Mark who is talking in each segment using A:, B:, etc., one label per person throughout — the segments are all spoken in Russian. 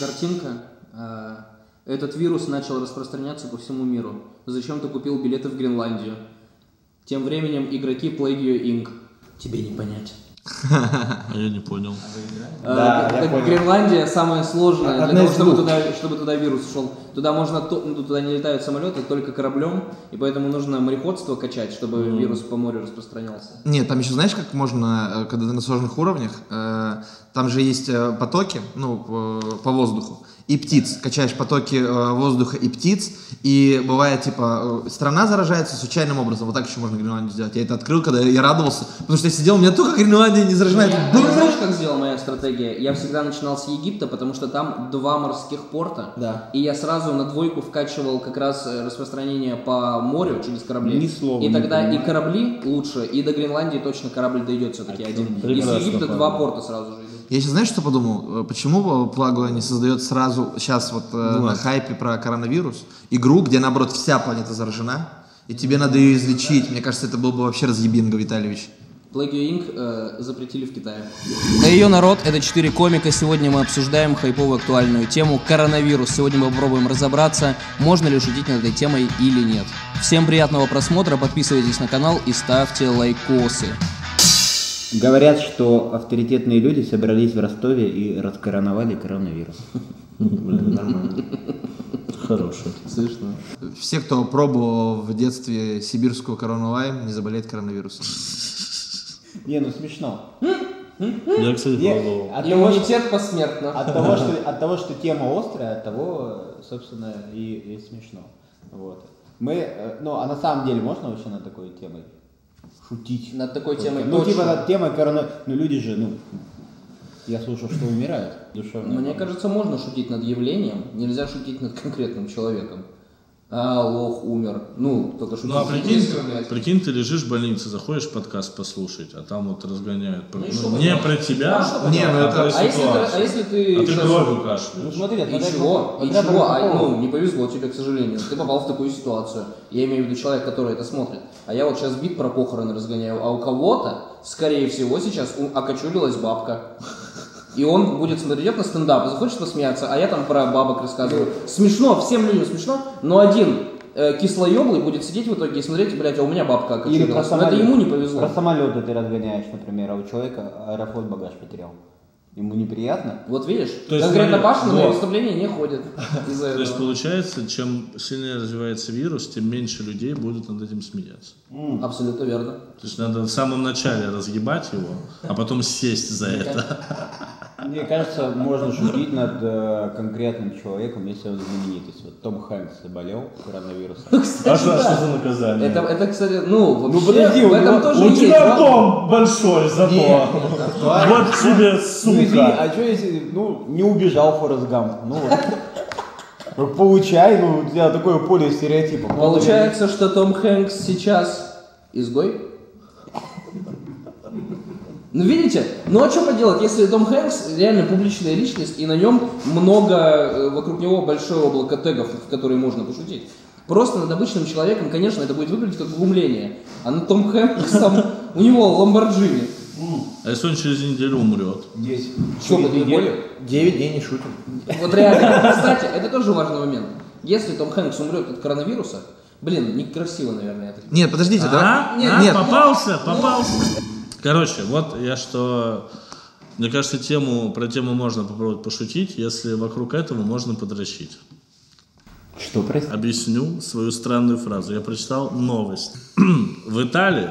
A: картинка. Э, Этот вирус начал распространяться по всему миру. Зачем ты купил билеты в Гренландию? Тем временем игроки Plague Inc. Тебе не понять.
B: А я не понял.
C: Да,
A: Э,
C: я
A: так
C: понял.
A: Гренландия самая сложная
C: Одна
A: для того,
C: из
A: чтобы
C: двух.
A: туда, чтобы туда вирус шел. Туда можно то- ну, туда не летают самолеты, только кораблем, и поэтому нужно мореходство качать, чтобы вирус по морю распространялся.
D: Нет, там еще знаешь, как можно, э, когда ты на сложных уровнях, э, там же есть э, потоки, ну, по- по воздуху, и птиц. Качаешь потоки э, воздуха и птиц, и бывает, типа, э, страна заражается случайным образом. Вот так еще можно Гренландию сделать. Я это открыл, когда я радовался, потому что я сидел, у меня только Гренландия не
C: Ну,
D: заражена. Я
A: Я-
D: такой,
A: я
D: «Блин,
A: знаешь, как сделала моя стратегия? Я всегда начинал с Египта, потому что там два морских порта.
C: Да.
A: И я сразу на двойку вкачивал как раз э, распространение по морю через корабли.
C: Ни слова
A: И
C: не
A: тогда и
C: понимаю.
A: корабли лучше, и до Гренландии точно корабль дойдет все-таки один. Из
C: прекрасно
A: Египта
C: понял.
A: два порта сразу же идут.
D: Я сейчас знаешь, что подумал? Э, Почему э, Плагуа не создает сразу, сейчас вот э, на
B: Влад.
D: хайпе про коронавирус, игру, где, наоборот, вся планета заражена, и тебе надо ее излечить. Мне кажется, это был бы вообще разъебинго, Витальевич.
A: Plague Inc. э, запретили в Китае. На ее народ, это четыре комика. Сегодня мы обсуждаем хайповую актуальную тему коронавирус. Сегодня мы попробуем разобраться, можно ли шутить над этой темой или нет. Всем приятного просмотра, подписывайтесь на канал и ставьте лайкосы.
C: Говорят, что авторитетные люди собрались в Ростове и раскороновали коронавирус.
B: Блин, нормально. Хороший.
A: Слышно.
D: Все, кто пробовал в детстве сибирскую корону лайм, не заболеет коронавирусом.
C: Не, ну смешно.
B: Ну, Я, кстати,
C: Не,
B: пробовал.
C: от, того, что,
A: Иммунитет посмертно.
C: от того, что, от того, что тема острая, от того, собственно, и, и смешно. Вот. Мы, э, ну, а на самом деле можно вообще над такой темой шутить?
A: Над такой темой
C: Ну, типа
A: точно.
C: над темой корона... Ну, люди же, ну, я слушал, что умирают душевно.
A: Мне кажется, можно шутить над явлением, нельзя шутить над конкретным человеком. А, лох умер. Ну, только шутить.
B: Ну а
A: с
B: прикинь,
A: единственным, блядь.
B: прикинь, ты лежишь в больнице, заходишь подкаст послушать, а там вот разгоняют.
A: Ну и
B: Ну,
A: что
B: не
A: поделать?
B: про тебя,
A: Ну, а что
B: а
D: поделать? Не, ну
B: про
D: это-
A: А если, ты,
B: ситуацию.
A: а если ты...
B: А ты
A: сейчас-
B: кровью кашляешь.
C: Ну, смотри,
A: И
C: когда-
A: чего? И
C: когда
A: чего? А,
C: протокол-
A: ну, не повезло тебе, к сожалению. Ты попал в такую ситуацию. Я имею в виду человек, который это смотрит. А я вот сейчас бит про похороны разгоняю. А у кого-то, скорее всего, сейчас у- окочурилась бабка. И он будет смотреть идет на стендап, и захочет посмеяться, а я там про бабок рассказываю.
C: Ну.
A: Смешно, всем людям смешно, но один э, кислоеблый будет сидеть в итоге и смотреть, блядь, а у меня бабка
C: Или про
A: окочурилась. Но
C: самолет.
A: это ему не повезло.
C: Про самолеты ты разгоняешь, например, а у человека аэрофлот багаж потерял. Ему неприятно?
A: Вот видишь,
B: То есть,
A: конкретно
B: смотри,
A: Паша на
B: вот.
A: мои выступления не ходит из-за
B: То есть
A: этого.
B: получается, чем сильнее развивается вирус, тем меньше людей будут над этим смеяться.
A: Абсолютно верно.
B: То есть надо в самом начале разгибать его, а потом сесть за это.
C: Мне кажется, можно шутить над э, конкретным человеком, если он знаменитость. Вот Том Хэнкс заболел коронавирусом.
B: А что, что за наказание?
A: Это, это, кстати, ну, вообще,
C: подожди,
A: в
C: у
A: этом
C: него-
A: тоже
B: У
A: есть.
B: тебя
A: да?
B: дом большой зато. Вот тебе,
C: Ну, извини,
B: сука.
C: а что если, ну, не убежал Форест Гамп? Ну, вот. Получай, ну, у тебя такое поле стереотипов.
A: Получается, что Том Хэнкс сейчас изгой? Ну, видите? Ну, а что поделать, если Том Хэнкс реально публичная личность, и на нем много, э, вокруг него большое облако тегов, в которые можно пошутить. Просто над обычным человеком, конечно, это будет выглядеть как глумление. А над Том Хэнксом у него ламборджини.
B: А если он через неделю умрет?
C: Есть.
A: Чё, мы тут более?
C: 9 дней не шутим.
A: Вот реально. Кстати, это тоже важный момент. Если Том Хэнкс умрет от коронавируса, блин, некрасиво, наверное, это.
D: Нет, подождите,
B: А?
D: давай.
B: А?
D: Нет,
B: Попался, попался. Короче, вот я что... Мне кажется, тему, про тему можно попробовать пошутить, если вокруг этого можно подращить.
C: Что, прости?
B: Объясню свою странную фразу. Я прочитал новость. В Италии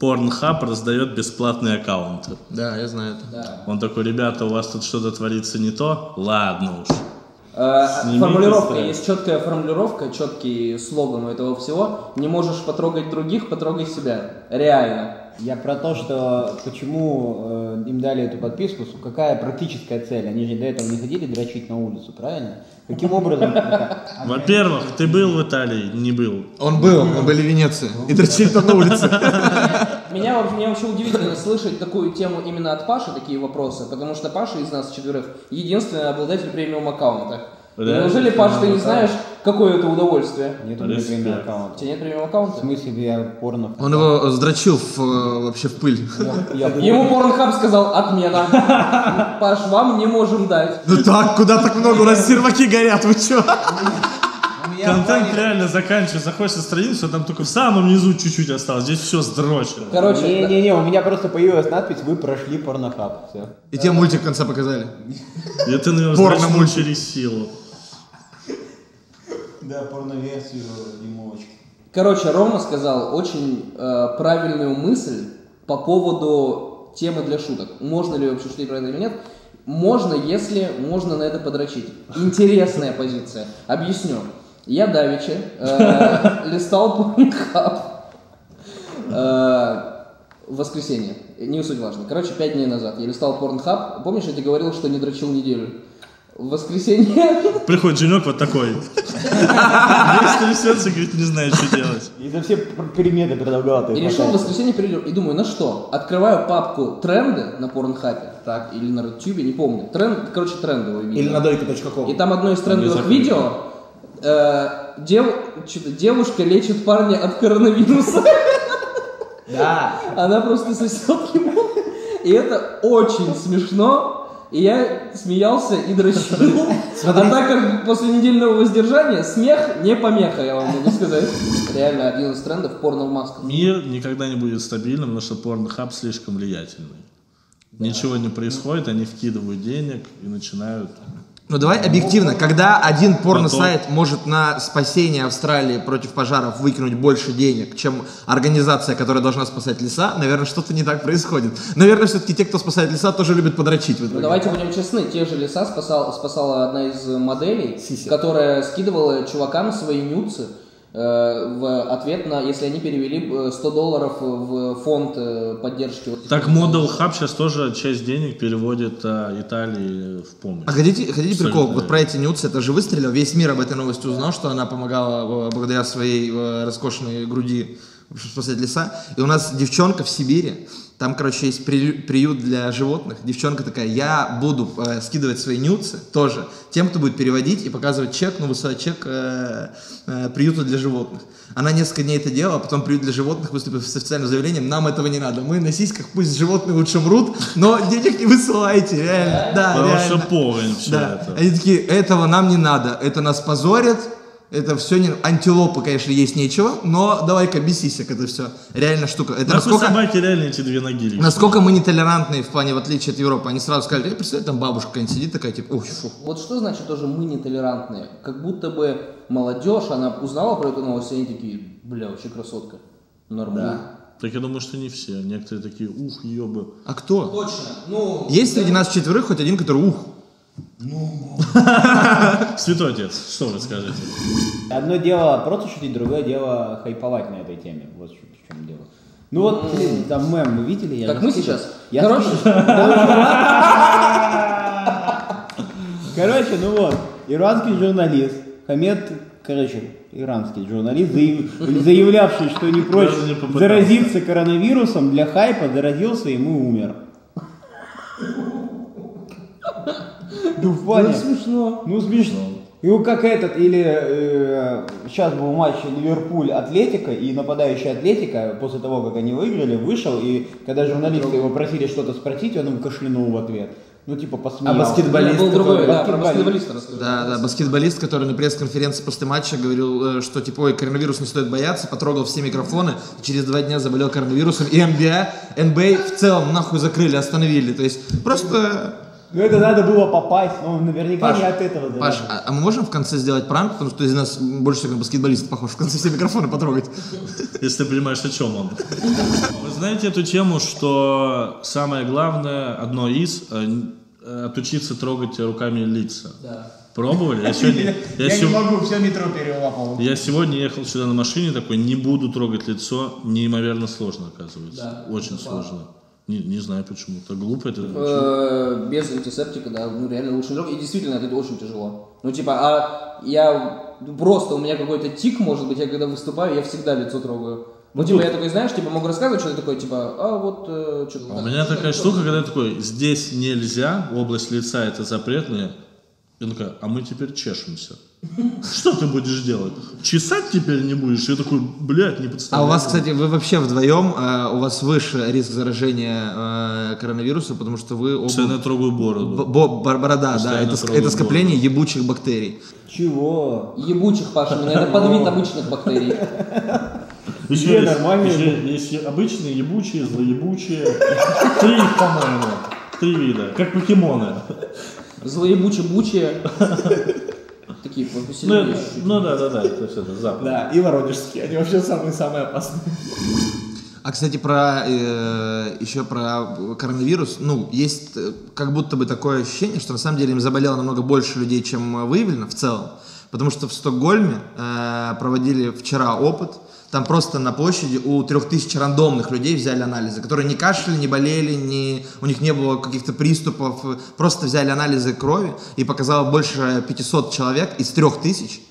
B: Pornhub раздает бесплатные аккаунты.
D: Да, я знаю это.
B: Он такой, ребята, у вас тут что-то творится не то? Ладно уж.
A: Э,
B: Снимите
A: Формулировка,
B: стресс.
A: есть четкая формулировка, четкий слоган у этого всего. Не можешь потрогать других, потрогай себя. Реально.
C: Я про то, что почему э, им дали эту подписку, су- какая практическая цель. Они же до этого не ходили дрочить на улицу, правильно? Каким образом? это-
B: Во-первых, ты был в Италии? Не был.
D: Он был, мы были в Венеции. И дрочили там на улице.
A: Меня, вообще- меня вообще удивительно слышать такую тему именно от Паши, такие вопросы, потому что Паша из нас четверых единственный обладатель премиум аккаунта.
B: Да?
A: Неужели, Паш, ты не знаешь, какое это удовольствие?
C: Нет у меня
B: Респект.
C: премиум
A: У
C: аккаунта.
A: тебя нет премиум
C: В
A: аккаунта?
C: смысле, я порно...
D: Он его сдрочил в, э, вообще в пыль.
C: Я-
A: Ему порнхаб сказал отмена. Паш, вам не можем дать.
D: Ну так, куда так много? У нас серваки горят, вы чё?
B: Контент реально заканчивается, заходишь на страницу, а там только в самом низу чуть-чуть осталось, здесь все сдрочено.
A: Короче, да.
C: Не-не-не, у меня просто появилась надпись «Вы прошли порнохаб». Все.
D: И тебе мультик в конце показали.
B: И ты на него
D: Порно
B: сдрочнул
D: мультик.
B: через силу.
C: Да, порноверсию дюймовочки.
A: Короче, Рома сказал очень э, правильную мысль по поводу темы для шуток. Можно ли вообще шутить про это или нет? Можно, если можно на это подрочить. Интересная позиция. Объясню. Я давеча э, листал Pornhub э, в воскресенье. Не суть важно. Короче, пять дней назад я листал Pornhub. Помнишь, я тебе говорил, что не дрочил неделю? В воскресенье
B: Приходит женек вот такой. Весь трясется, говорит, не знаю, что делать.
C: И за все пр- приметы предлагал.
A: И решил в воскресенье перейдем. И думаю, на что? Открываю папку тренды на порнхапе, так, или на Рутюбе, не помню. Тренд, короче, трендовые видео.
D: dojka.com.
A: И там одно из
B: Они
A: трендовых
B: закрыты.
A: видео. э, дев, чё-то девушка лечит парня от коронавируса.
C: Да.
A: Она просто сосет ему. И это очень смешно. И я смеялся и дрочил. А так как после недельного воздержания смех не помеха, я вам могу сказать. Реально один из трендов порно в масках.
B: Мир никогда не будет стабильным, потому что порнохаб слишком влиятельный. Ничего не происходит, они вкидывают денег и начинают.
D: Ну давай объективно, когда один порно-сайт
B: порно-сайт
D: может на спасение Австралии против пожаров выкинуть больше денег, чем организация, которая должна спасать леса, наверное, что-то не так происходит. Наверное, все-таки те, кто спасает леса, тоже любят подрочить. в итоге.
A: Ну, давайте будем честны, те же леса спасал- спасала одна из моделей, которая скидывала чувакам свои нюцы э, в ответ на, если они перевели э, 100 долларов в фонд э, поддержки.
B: Так Model Hub сейчас тоже часть денег переводит а, Италии в помощь.
D: А хотите, хотите
B: Абсолютно
D: прикол? Вот
B: верно.
D: про эти нюцы, это же выстрелил. Весь мир об этой новости узнал, что она помогала э, благодаря своей э, роскошной груди в общем, спасать леса. И у нас девчонка в Сибири, там, короче, есть прилю- приют для животных. Девчонка такая, я буду э, скидывать свои нюцы тоже тем, кто будет переводить и показывать чек, ну, высылать чек э, э, приюту для животных. Она несколько дней это делала, а потом приют для животных выступил с официальным заявлением, нам этого не надо. Мы на сиськах, пусть животные лучше мрут, но денег не высылайте, реально. Да,
B: Потому что
D: А, реально.
B: полень все
D: Да. Э,
B: это.
D: Они такие, этого нам не надо, это нас позорит, это все не... Антилопы, конечно, есть нечего, но давай-ка бесисек это все. Реально штука. Это
B: Нахуй
D: насколько,
B: собаки реально эти две ноги лишние?
D: насколько мы нетолерантные в плане, в отличие от Европы. Они сразу сказали, «Э, представь, там бабушка какая-нибудь сидит такая, типа, ой, фу».
A: Вот что значит тоже мы нетолерантные? Как будто бы молодежь, она узнала про эту новость, и они такие, бля, вообще красотка. Нормально.
B: Так я думаю, что не все. Некоторые такие, ух, ёбы.
D: А кто?
A: Точно. Ну,
D: Есть среди нас четверых хоть один, который ух.
B: Святой отец, что вы скажете?
C: Одно дело просто шутить, другое дело хайповать на этой теме. Вот в чем дело. Ну вот, блин, там мем мы видели. Я
A: как
C: же
A: мы
C: скидывал.
A: сейчас.
C: Я
A: Короче,
C: скидывал. Короче, ну вот, иранский журналист, Хамед, короче, иранский журналист, заяв- заявлявший, что не прочь
B: Даже не попытался.
C: заразиться коронавирусом, для хайпа заразился и мы умер. Ну, Ваня,
A: ну, смешно.
C: ну смешно. Ну как этот, или сейчас был матч Ливерпуль-Атлетика, и нападающий Атлетика, после того, как они выиграли, вышел, и когда журналисты его просили что-то спросить, он им кашлянул в ответ. Ну типа посмеялся.
D: баскетболист,
A: был другой,
C: который-
A: да, про
C: баскетболист.
A: баскетболиста расскажи.
D: Да, да, баскетболист, который на пресс-конференции после матча говорил, э, что типа, ой, коронавирус не стоит бояться, потрогал все микрофоны, и через два дня заболел коронавирусом, и А, NBA, NBA в целом нахуй закрыли, остановили. То есть просто
C: Ну это надо было попасть, но он наверняка не от этого
D: Паш,
C: заразился.
D: а, а мы можем в конце сделать пранк, потому что из нас больше всего на баскетболист похож, в конце все микрофоны потрогать.
B: Если ты понимаешь, о чем он. Вы знаете эту тему, что самое главное, одно из, э, н- э, отучиться трогать руками лица.
A: Да.
B: Пробовали? Я сегодня, я сего-
C: могу, все метро перелапал.
B: я сегодня ехал сюда на машине, такой, не буду трогать лицо, неимоверно сложно, оказывается.
A: Да.
B: Очень сложно. Не, не знаю почему. Так глупо это.
A: Э, без антисептика, да, ну реально лучше не трогать. И действительно, это очень тяжело. Ну, типа, а я ну, просто, у меня какой-то тик, может быть, я когда выступаю, я всегда лицо трогаю. Ну, типа, я такой, знаешь, типа, могу рассказывать, что ты такой, типа, а вот, что-то...
B: У меня такая штука, когда я такой, здесь нельзя, область лица это запретная. Я такая, а мы теперь чешемся. Что ты будешь делать? Чесать теперь не будешь? Я такой, блядь, не
D: А
B: представляю.
D: у вас, кстати, вы вообще вдвоем, э, у вас выше риск заражения э, коронавируса, потому что вы оба...
B: Постоянно трогаю
D: Бо-
B: бороду.
D: бо- бор- Борода, да,
B: Постоянно
D: это, ск-
B: трогаю
D: это скопление ебучих бактерий.
C: Чего?
A: Ебучих, Паша, это подвид обычных бактерий.
B: Еще
C: Две
B: есть-
C: нормальные
B: еще Есть е- обычные, ебучие, злоебучие. Три, их, по-моему. Три вида. Как покемоны.
A: Злоебучие-бучие. Такие
B: Ну,
A: повеселее
B: это-
A: чуть-чуть.
B: ну да, да, да, это все это запах.
C: Да, и воронежские, они вообще самые-самые опасные.
D: А, кстати, про э, еще про коронавирус. Ну, есть э, как будто бы такое ощущение, что на самом деле им заболело намного больше людей, чем э, выявлено в целом. Потому что в Стокгольме э, проводили вчера опыт. Там просто на площади у трех тысяч рандомных людей взяли анализы, которые не кашляли, не болели, не, у них не было каких-то приступов. э, Просто взяли анализы крови и показало больше 500 человек из трех тысяч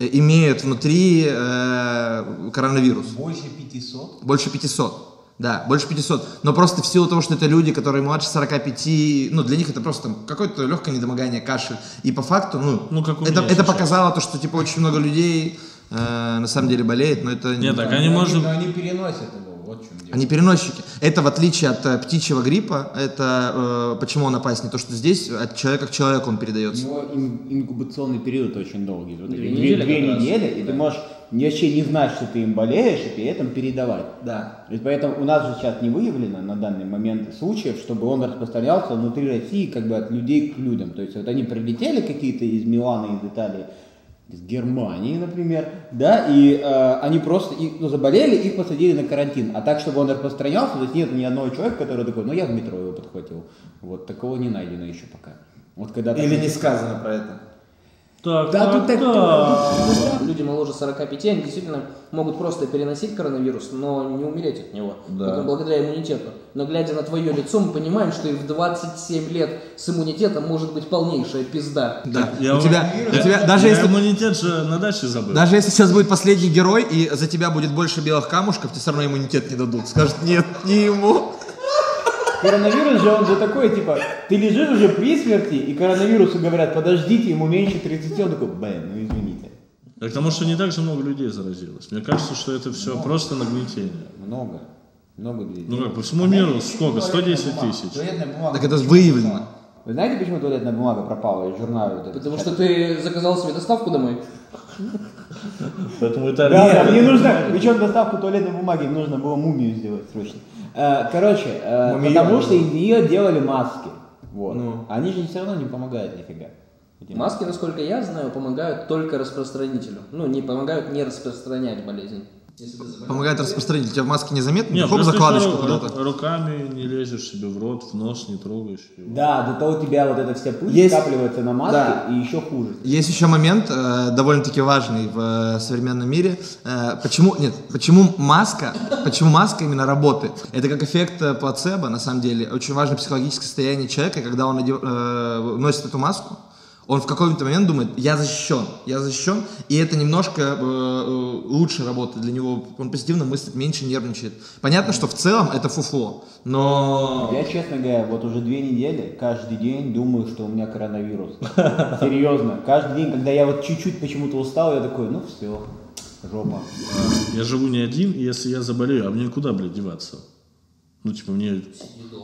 D: э, имеют внутри э, коронавирус.
C: Больше 500?
D: Больше 500. Да, больше 500. Но просто в силу того, что это люди, которые младше 45, ну, для них это просто там какое-то легкое недомогание, кашель. И по факту, ну,
B: Ну, как у
D: это,
B: меня
D: это
B: сейчас.
D: показало то, что, типа, очень много людей э, на самом деле болеет, но это... не-
B: Нет, так они можно...
E: они переносят его, вот в чем дело.
D: Они переносчики. Это в отличие от э, птичьего гриппа, это э, почему он опаснее, то, что здесь от человека к человеку он
C: У
D: передается.
C: него ин- инкубационный период очень долгий. Вот
A: Две
C: эти
A: недели
C: две
A: как раз.
C: недели, и ты можешь не- вообще не знать, что ты им болеешь, и при этом передавать.
A: Да.
C: И поэтому у нас же сейчас не выявлено на данный момент случаев, чтобы он распространялся внутри России как бы от людей к людям. То есть вот они прилетели какие-то из Милана, из Италии, из Германии, например, да, и э, они просто и, ну, заболели, их посадили на карантин. А так, чтобы он распространялся, то есть нет ни одного человека, который такой, ну я в метро его подхватил. Вот такого не найдено еще пока. Вот когда так-
E: Или не сказано про это.
B: Так,
C: Да, тут
B: так,
C: так-
B: так.
A: Люди моложе 45, они действительно могут просто переносить коронавирус, но не умереть от него.
B: Да.
A: Потом благодаря иммунитету. Но глядя на твое лицо, мы понимаем, что и в 27 лет с иммунитетом может быть полнейшая пизда.
D: Да.
B: Я
D: у
B: вам-
D: тебя, у
B: я-
D: тебя даже
B: я
D: если
B: иммунитет же на даче забыл.
D: Даже если сейчас будет последний герой, и за тебя будет больше белых камушков, тебе все равно иммунитет не дадут. Скажут, нет, не ему.
C: Коронавирус же он же такой, типа, ты лежишь уже при смерти, и коронавирусу говорят, подождите, ему меньше 30, он такой, блин, ну извините.
B: Да к тому, что не так же много людей заразилось. Мне кажется, что это все
C: Ну.
B: просто нагнетение.
C: Много, много людей.
B: Ну как, по всему миру сколько? 110 тысяч.
E: Туалетная бумага.
D: Так это выявлено.
C: Вы знаете, почему туалетная бумага пропала из журнала? вот этого?
A: Потому что ты заказал себе доставку домой.
B: Поэтому
C: Да, там не
B: Италия...
C: нужно, причем доставку туалетной бумаги им нужно было мумию сделать срочно. Э, Короче, э,
D: Мумию.
C: потому что из нее делали маски. Вот.
D: Ну.
C: Они же все равно не помогают нифига. Эти
A: Маски, насколько я знаю, помогают только распространителю. Ну, не помогают не распространять болезнь. Если ты заболел-
D: Помогает распространитель. У тебя в маске незаметно?
B: Не,
D: Хоп,
B: просто
D: закладочку
B: еще ру-
D: куда-то.
B: руками не лезешь себе в рот, в нос не трогаешь. его.
C: Да, до того у тебя вот эта вся пыль
D: Есть-
C: скапливается на маске,
D: Да.
C: и еще хуже.
D: Есть еще момент, э, довольно-таки важный в э, современном мире. Э, почему, нет, почему маска, почему маска именно работает? Это как эффект э, плацебо, на самом деле. Очень важно психологическое состояние человека, когда он надев- э, носит эту маску. Он в какой-то момент думает, я защищен, я защищен, и это немножко э, э, лучше работает для него. Он позитивно мыслит, меньше нервничает. Понятно, что в целом это фуфло, но...
C: Я, честно говоря, вот уже две недели каждый день думаю, что у меня коронавирус. Серьезно. Каждый день, когда я вот чуть-чуть почему-то устал, я такой, ну все, жопа.
B: Я живу не один, и если я заболею, а мне куда, блядь, деваться? Ну, типа, мне...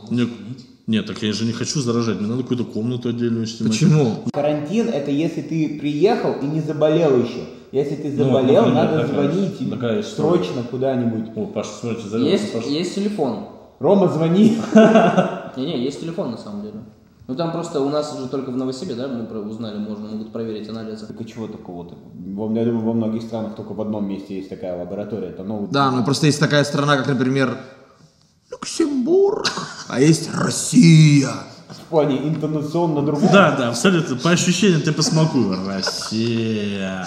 B: мне- Нет, так я же не хочу заражать, мне надо какую-то комнату отдельную снимать.
D: Почему?
C: Карантин это если ты приехал и не заболел еще. Если ты заболел,
B: Ну, например,
C: надо
B: такая-
C: звонить им
B: такая история.
C: срочно куда-нибудь.
B: О, Паша, смотрите,
A: Есть,
B: Паша.
A: есть телефон.
C: Рома, звони.
A: Не-не, есть телефон на самом деле. Ну там просто у нас уже только в Новосибе, да, мы про- узнали, можно могут проверить анализы.
C: Только чего такого-то? Во- Я думаю, во многих странах только в одном месте есть такая лаборатория. Это ну,
D: Да, ну просто есть такая страна, как, например, Люксембург, а есть Россия.
C: в плане интонационно другого.
B: Да, да, абсолютно. По ощущениям ты посмаку. Россия.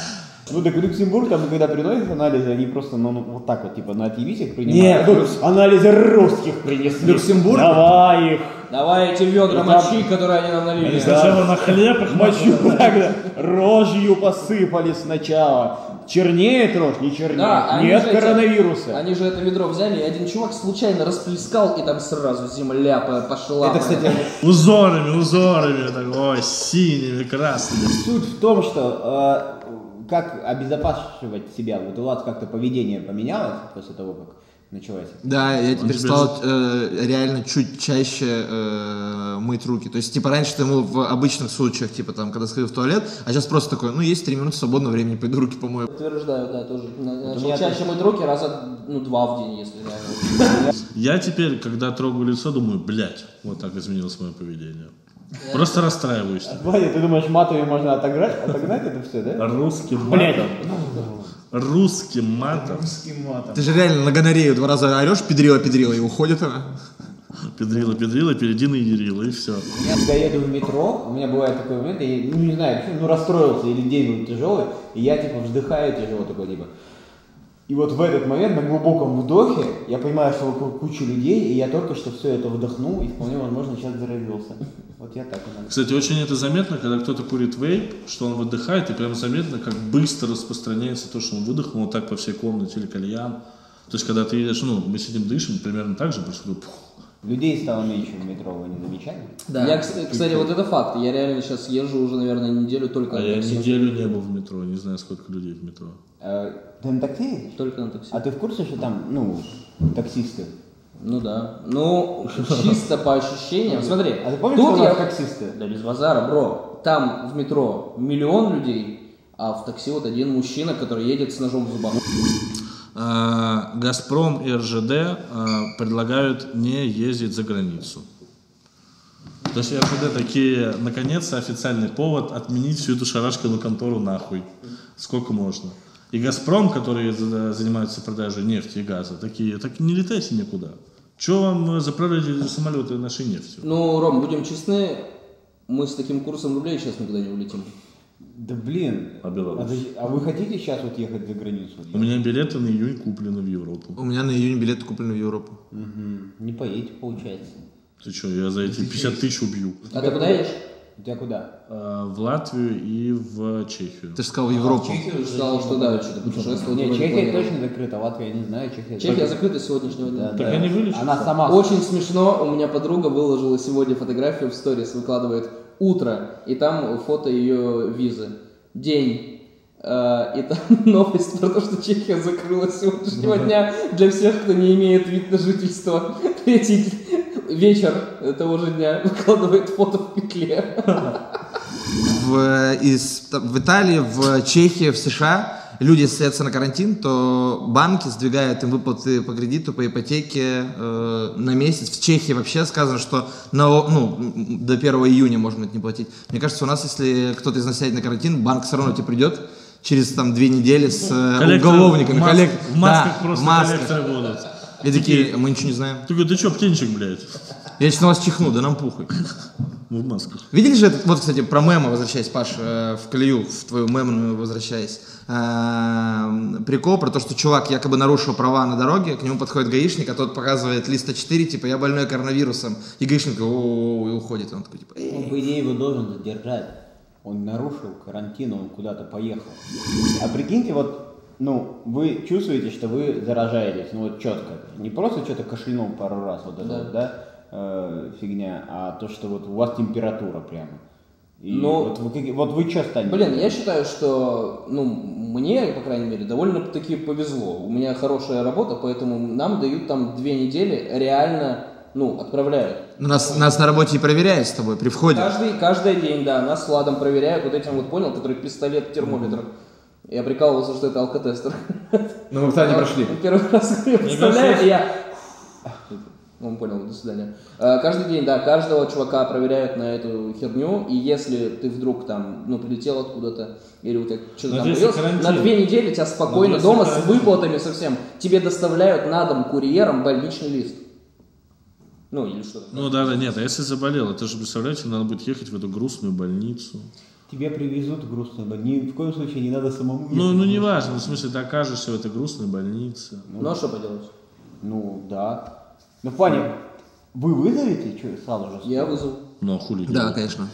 C: Ну так в Люксембург там, когда приносят анализы, они просто ну, ну, вот так вот, типа на отъебись их
E: Нет,
C: принимают. А тут анализы русских принесли.
E: Люксембург?
C: Давай их.
A: Давай эти ведра
C: Там-
A: мочи, которые они нам налили.
B: Они сначала на хлеб их
C: Мочу
B: мочу.
C: тогда. Рожью посыпали сначала. Чернеет рожь, не чернеет.
A: Да, они
C: Нет
A: же эти-
C: коронавируса.
A: они же это ведро взяли, и один чувак случайно расплескал, и там сразу земля по- пошла.
C: Это, кстати,
B: Узорами, узорами. Так, ой, синими, красными.
C: суть в том, что э, как обезопасивать себя? Вот у вас как-то поведение поменялось после того, как началось?
D: Да, я
B: тебе
D: теперь стал э, реально чуть чаще э, мыть руки. То есть, типа, раньше ты мыл в обычных случаях, типа, там, когда сходил в туалет, а сейчас просто такой, ну, есть три минуты свободного времени, пойду руки помою.
A: Подтверждаю, да, тоже. На- Начал
C: меня
A: чаще мыть руки раза ну, два в день, если реально.
B: Я теперь, когда трогаю лицо, думаю, блядь, вот так изменилось мое поведение. Просто расстраиваюсь.
C: Ваня, ты думаешь, матами можно отогнать, отогнать это все, да?
B: Русским матом. Русским матом.
D: Ты же реально на гонорею два раза орешь, педрила, педрила, и уходит она.
B: Педрила, педрила, передина и ерила, и все.
C: Я когда еду в метро, у меня бывает такой момент, я ну, не знаю, почему, ну расстроился, или день был тяжелый, и я типа вздыхаю тяжело такой типа. И вот в этот момент на глубоком вдохе я понимаю, что вокруг куча людей, и я только что все это вдохнул, и вполне возможно сейчас заразился. Вот я так иногда.
B: Кстати, очень это заметно, когда кто-то курит вейп, что он выдыхает, и прям заметно, как быстро распространяется то, что он выдохнул, вот так по всей комнате или кальян. То есть, когда ты едешь, ну, мы сидим, дышим, примерно так же происходит. Пух.
C: Людей стало меньше в метро, вы не замечали?
A: Я, кс- кстати, вот это факт. Я реально сейчас езжу уже, наверное, неделю только
B: А
A: на
B: я
A: такси.
B: неделю не был в метро, не знаю, сколько людей в метро.
C: Э, Ты на такси? едешь?
A: Только на такси.
C: А ты в курсе, что там, ну, таксисты?
A: Ну да. Ну, чисто по ощущениям. Смотри,
C: А ты помнишь,
A: тут
C: что у
A: я...
C: нас таксисты?
A: Да без базара, бро. Там в метро миллион людей, а в такси вот один мужчина, который едет с ножом в зубах.
B: А, Газпром и РЖД а, предлагают не ездить за границу. То есть РЖД такие, наконец, официальный повод отменить всю эту шарашкину контору нахуй. Сколько можно. И Газпром, которые за- занимаются продажей нефти и газа, такие, так не летайте никуда. Чего вам э, заправляете самолеты нашей нефтью?
A: Ну, Ром, будем честны, мы с таким курсом рублей сейчас никуда не улетим.
C: Да блин.
B: А Беларусь?
C: А, ты- а вы хотите сейчас вот ехать за границу?
B: У меня билеты на июнь куплены в Европу.
D: У меня на июнь билеты куплены в Европу.
C: Мгм. Не поедете, получается.
B: Ты что, я за эти 50 тысяч убью.
A: А ты куда едешь?
C: У тебя куда?
B: А, в Латвию и в Чехию.
D: Ты же сказал в Европу.
A: Ждал, что да, что-то путешествовал.
C: Ну, Не, Чехия точно закрыта, Латвия, я не знаю, Чехия
A: Чехия
C: закрыта.
A: закрыта с сегодняшнего дня.
C: Да,
B: Так
C: да.
B: они вылечатся?
C: Она сама.
A: Очень смешно, у меня подруга выложила сегодня фотографию в сторис, выкладывает утро, и там фото ее визы. День. Э, И там новость про то, что Чехия закрыла с сегодняшнего дня для всех, кто не имеет вид на жительство. Третий вечер того же дня выкладывает фото в петле.
D: в, из, та- в Италии, в Чехии, в США люди остаются на карантин, то банки сдвигают им выплаты по кредиту, по ипотеке э, на месяц. В Чехии вообще сказано, что на, ну, м, до 1 июня можно это не платить. Мне кажется, у нас, если кто-то из нас сядет на карантин, банк все равно тебе придет через там две недели с э,
B: Коллекторы
D: уголовниками.
B: в мас-
D: Коллек-
B: В масках
D: да,
B: просто
D: в масках.
B: коллекторы будут.
D: И такие, мы ничего не знаем.
B: Ты говоришь, ты что, птенчик, блядь?
D: Я сейчас на вас чихну, да нам пухой.
B: Мы в масках.
D: Видели же, этот- вот, кстати, про мема, возвращаясь, Паш, э, в колею, в твою мемную возвращаясь, эм, прикол про то, что чувак якобы нарушил права на дороге, к нему подходит гаишник, а тот показывает лист А4, типа, я больной коронавирусом, и гаишник такой, «О-о-о», и уходит, и он такой, типа, «Эй».
C: Он, по идее, его должен задержать. Он нарушил карантин, он куда-то поехал. А прикиньте, вот, ну, вы чувствуете, что вы заражаетесь, ну вот четко. Не просто что-то кашлянул пару раз, вот это
A: Да.
C: вот, да, э, фигня, а то, что вот у вас температура прямо. И
A: Ну,
C: вот, вы, как- вот вы что станете?
A: Блин, я считаю, что, ну, мне, по крайней мере, довольно-таки повезло. У меня хорошая работа, поэтому нам дают там две недели, реально, ну, отправляют.
D: Ну, Нас, нас на работе и проверяют с тобой при входе.
A: Каждый, каждый день, да, нас с Ладом проверяют вот этим вот, понял, который пистолет термометр. Я прикалывался, что это алкотестер.
C: Ну, вы, кстати,
A: Первый раз я представляю, и я... Ну, Он понял, до свидания. Э, Каждый день, да, каждого чувака проверяют на эту херню, и если ты вдруг там, ну, прилетел откуда-то, или вот что-то там
B: Надеюсь,
A: привез,
B: карантин.
A: на две недели тебя спокойно
B: Надеюсь,
A: дома с
B: карантин.
A: выплатами совсем, тебе доставляют на дом курьером больничный лист. Ну, или что-то.
B: Ну да, да, нет, а если заболел, это же, представляете, надо будет ехать в эту грустную больницу.
C: Тебе привезут грустно, но ни в коем случае не надо самому.
B: Ну,
C: ехать.
B: ну не важно, в смысле, ты окажешься в этой грустной больнице.
A: Ну, а что поделать?
C: Ну, да. Ну, Фаня, вы вызовете что, сразу же?
A: Я вызвал.
B: Ну а хули
D: Да,
B: делать?
D: конечно.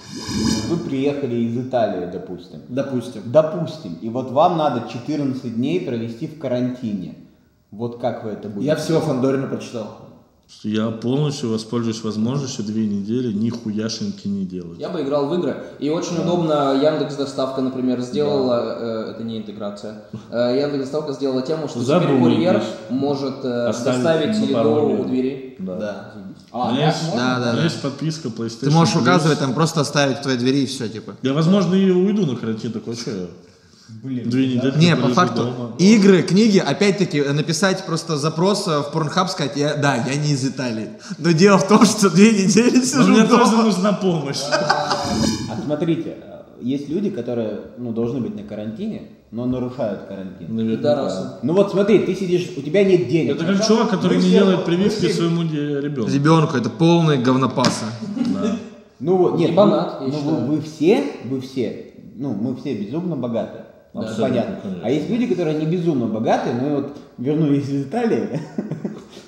C: Вы приехали из Италии, допустим.
D: Допустим.
C: Допустим, и вот вам надо 14 дней провести в карантине. Вот как вы это будете?
D: всего Фандорина прочитал.
B: Я полностью воспользуюсь возможностью две недели нихуяшеньки не делать.
A: Я бы играл в игры, и очень удобно Яндекс Доставка, например, сделала, э, это не интеграция, э, Яндекс Доставка сделала тему, что теперь
B: Задумайтесь.
A: курьер может э,
B: Оставить
A: доставить
B: на
A: еду
B: пороге.
A: у двери.
B: Да.
E: А,
B: У меня есть,
D: Да,
B: у
D: да,
B: меня
D: да.
B: есть подписка PlayStation.
D: Ты можешь
B: Plus.
D: указывать, там просто оставить в твоей двери и все, типа.
B: Я, возможно, и уйду на карантин, такой, что я?
E: Блин.
B: Две недели.
D: Не,
B: проведу
D: по факту.
B: дома.
D: Игры, книги, опять-таки, э, написать просто запрос э, в Pornhub, сказать, я, да, я не из Италии. Но дело в том, что две недели
B: Но
D: сижу
B: мне
D: дома.
B: тоже нужна помощь.
C: А смотрите, э, есть люди, которые ну, должны быть на карантине, но нарушают карантин.
A: Пидорасы.
C: Ну вот смотри, ты сидишь, у тебя нет денег.
B: Это как чувак, который не делает прививки своему де- ребенку.
D: Ребенку это полный говнопаса.
C: Ну вот, нет,
A: Ебанат,
C: ну,
A: я
C: ну,
A: считаю.
C: вы, вы все, вы все, ну мы все безумно богаты.
B: Да.
C: Это
B: Абсолютно,
C: понятно.
B: конечно.
C: А есть люди, которые не безумно богаты, но вот вернулись из Италии.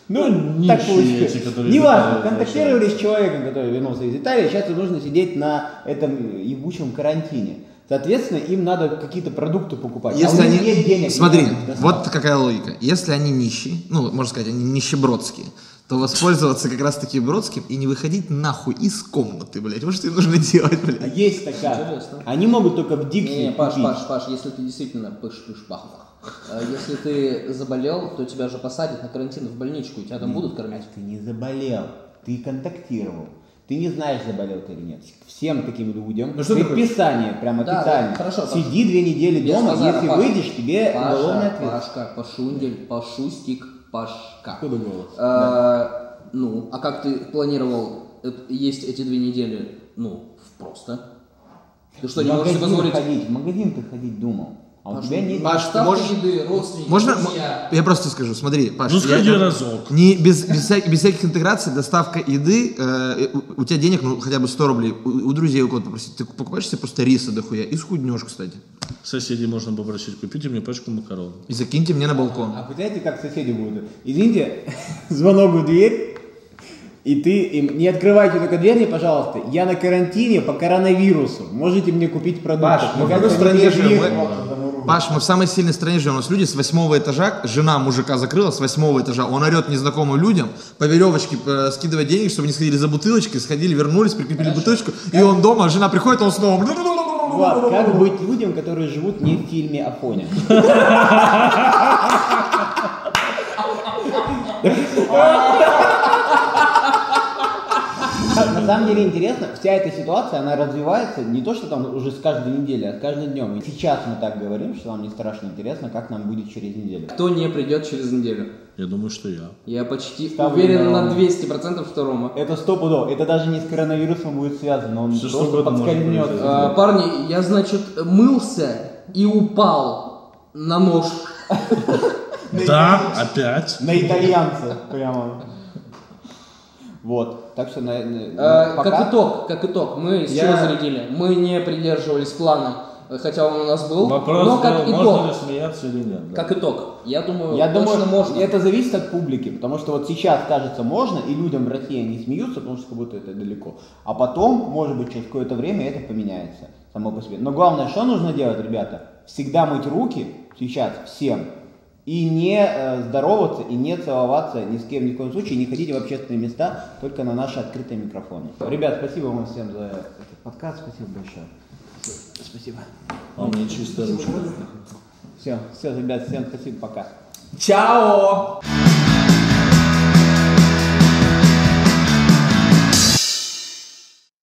C: Ну,
B: Ну,
C: так
B: нищие эти,
C: получилось.
B: которые из
C: Неважно,
B: Италии
C: контактировали с человеком, который вернулся из Италии, сейчас им нужно сидеть на этом ебучем карантине. Соответственно, им надо какие-то продукты покупать. А
D: Если
C: у них
D: они...
C: нет денег.
D: Смотри,
C: нет достатка.
D: вот какая логика. Если они нищие, ну, можно сказать, они нищебродские, то воспользоваться как раз-таки бродским и не выходить нахуй из комнаты, блядь. Вот что им нужно делать,
C: А
D: блядь.
C: Есть такая.
A: Интересно.
C: Они могут только в
A: Не,
C: Дикси
A: не, Паш,
C: купить.
A: Паш, Паш, если ты действительно пыш пыш бах бах. Э, Если ты заболел, то тебя же посадят на карантин в больничку, и тебя там будут кормить.
C: Ты не заболел, ты контактировал. Ты не знаешь, заболел ты или нет. Всем таким людям
E: Ну что ты хочешь?
C: предписание, прямо
A: Да,
C: описание.
A: да, хорошо, Паш.
C: Сиди две недели
A: Без
C: дома,
A: базара,
C: если
A: Паш.
C: выйдешь, тебе уголовный
A: Паша,
C: ответ.
A: Пашка, Пашундель, Пашустик, Пашка.
C: Откуда голос?
A: А, Ну, а как ты планировал эт- есть эти две недели, ну, в просто? Ты что,
C: В
A: не можешь себе
C: магазин
A: позволить?
C: ходить, в магазин ты ходить думал. А у
A: Паш,
C: тебя нет.
D: Паш, ты
A: доставка
D: можешь-
A: еды, родственники,
D: Можно? м-
A: друзья.
D: Я просто скажу, смотри, Паш.
B: Ну,
D: я-
B: сходи
D: я-
B: разок.
D: Не, без, без, вся- без всяких интеграций, доставка еды, э, у, у тебя денег, ну, хотя бы 100 рублей, у, у друзей у кого-то попросить, ты покупаешь себе просто риса дохуя и схуднешь, кстати.
B: Соседей можно попросить, купите мне пачку макарон.
D: И закиньте мне на балкон.
C: А представляете, как соседи будут? Извините, звонок в дверь, и ты им не открывайте только дверь, мне, пожалуйста. Я на карантине по коронавирусу. Можете мне купить продукты?
E: Паш, мы в
D: какой стране живем? Мы- Паш, мы в самой сильной стране живем. У нас люди с восьмого этажа, жена мужика закрыла с восьмого этажа, он орет незнакомым людям, по веревочке э, скидывает денег, чтобы они сходили за бутылочкой, сходили, вернулись, прикрепили бутылочку, и он дома, а жена приходит, а он снова...
C: Влад, как быть людям, которые живут не в фильме о фоне? На самом деле интересно, вся эта ситуация, она развивается не то, что там уже с каждой недели, а с каждым днем. И сейчас мы так говорим, что нам не страшно интересно, как нам будет через неделю.
A: Кто не придет через неделю?
B: Я думаю, что я.
A: Я почти
C: Ставлю
A: уверен
C: на
A: на
C: Рома.
A: 200% что Рома.
C: Это стопудово, это даже не с коронавирусом будет связано, он
B: Всё, что
C: просто
B: угодно может
C: подскользнется.
B: произойти.
A: А, парни, я, значит, мылся и упал на нож.
B: Да, опять.
C: На итальянца прямо. Вот. Так что на, на-
A: А,
C: пока-
A: Как итог, как итог, мы с
E: Я-
A: чего зарядили? Мы не придерживались плана, э, хотя он у нас был.
B: Вопрос,
A: но Ну, как
B: был,
A: итог,
B: можно ли смеяться или нет. да.
A: как итог, я думаю,
C: Я думаю,
A: точно можно.
C: это зависит от публики, потому что вот сейчас кажется можно, и людям в России они смеются, потому что как будто это далеко. А потом, может быть, через какое-то время это поменяется само по себе. Но главное, что нужно делать, ребята? Всегда мыть руки сейчас всем и не э, здороваться, и не целоваться ни с кем ни в коем случае, и не ходите в общественные места, только на наши открытые микрофоны. Ребят, спасибо вам всем за этот подкаст, спасибо большое. Спасибо.
B: А у меня чистая ручка.
C: Все, все, ребят, всем спасибо, пока.
E: Чао!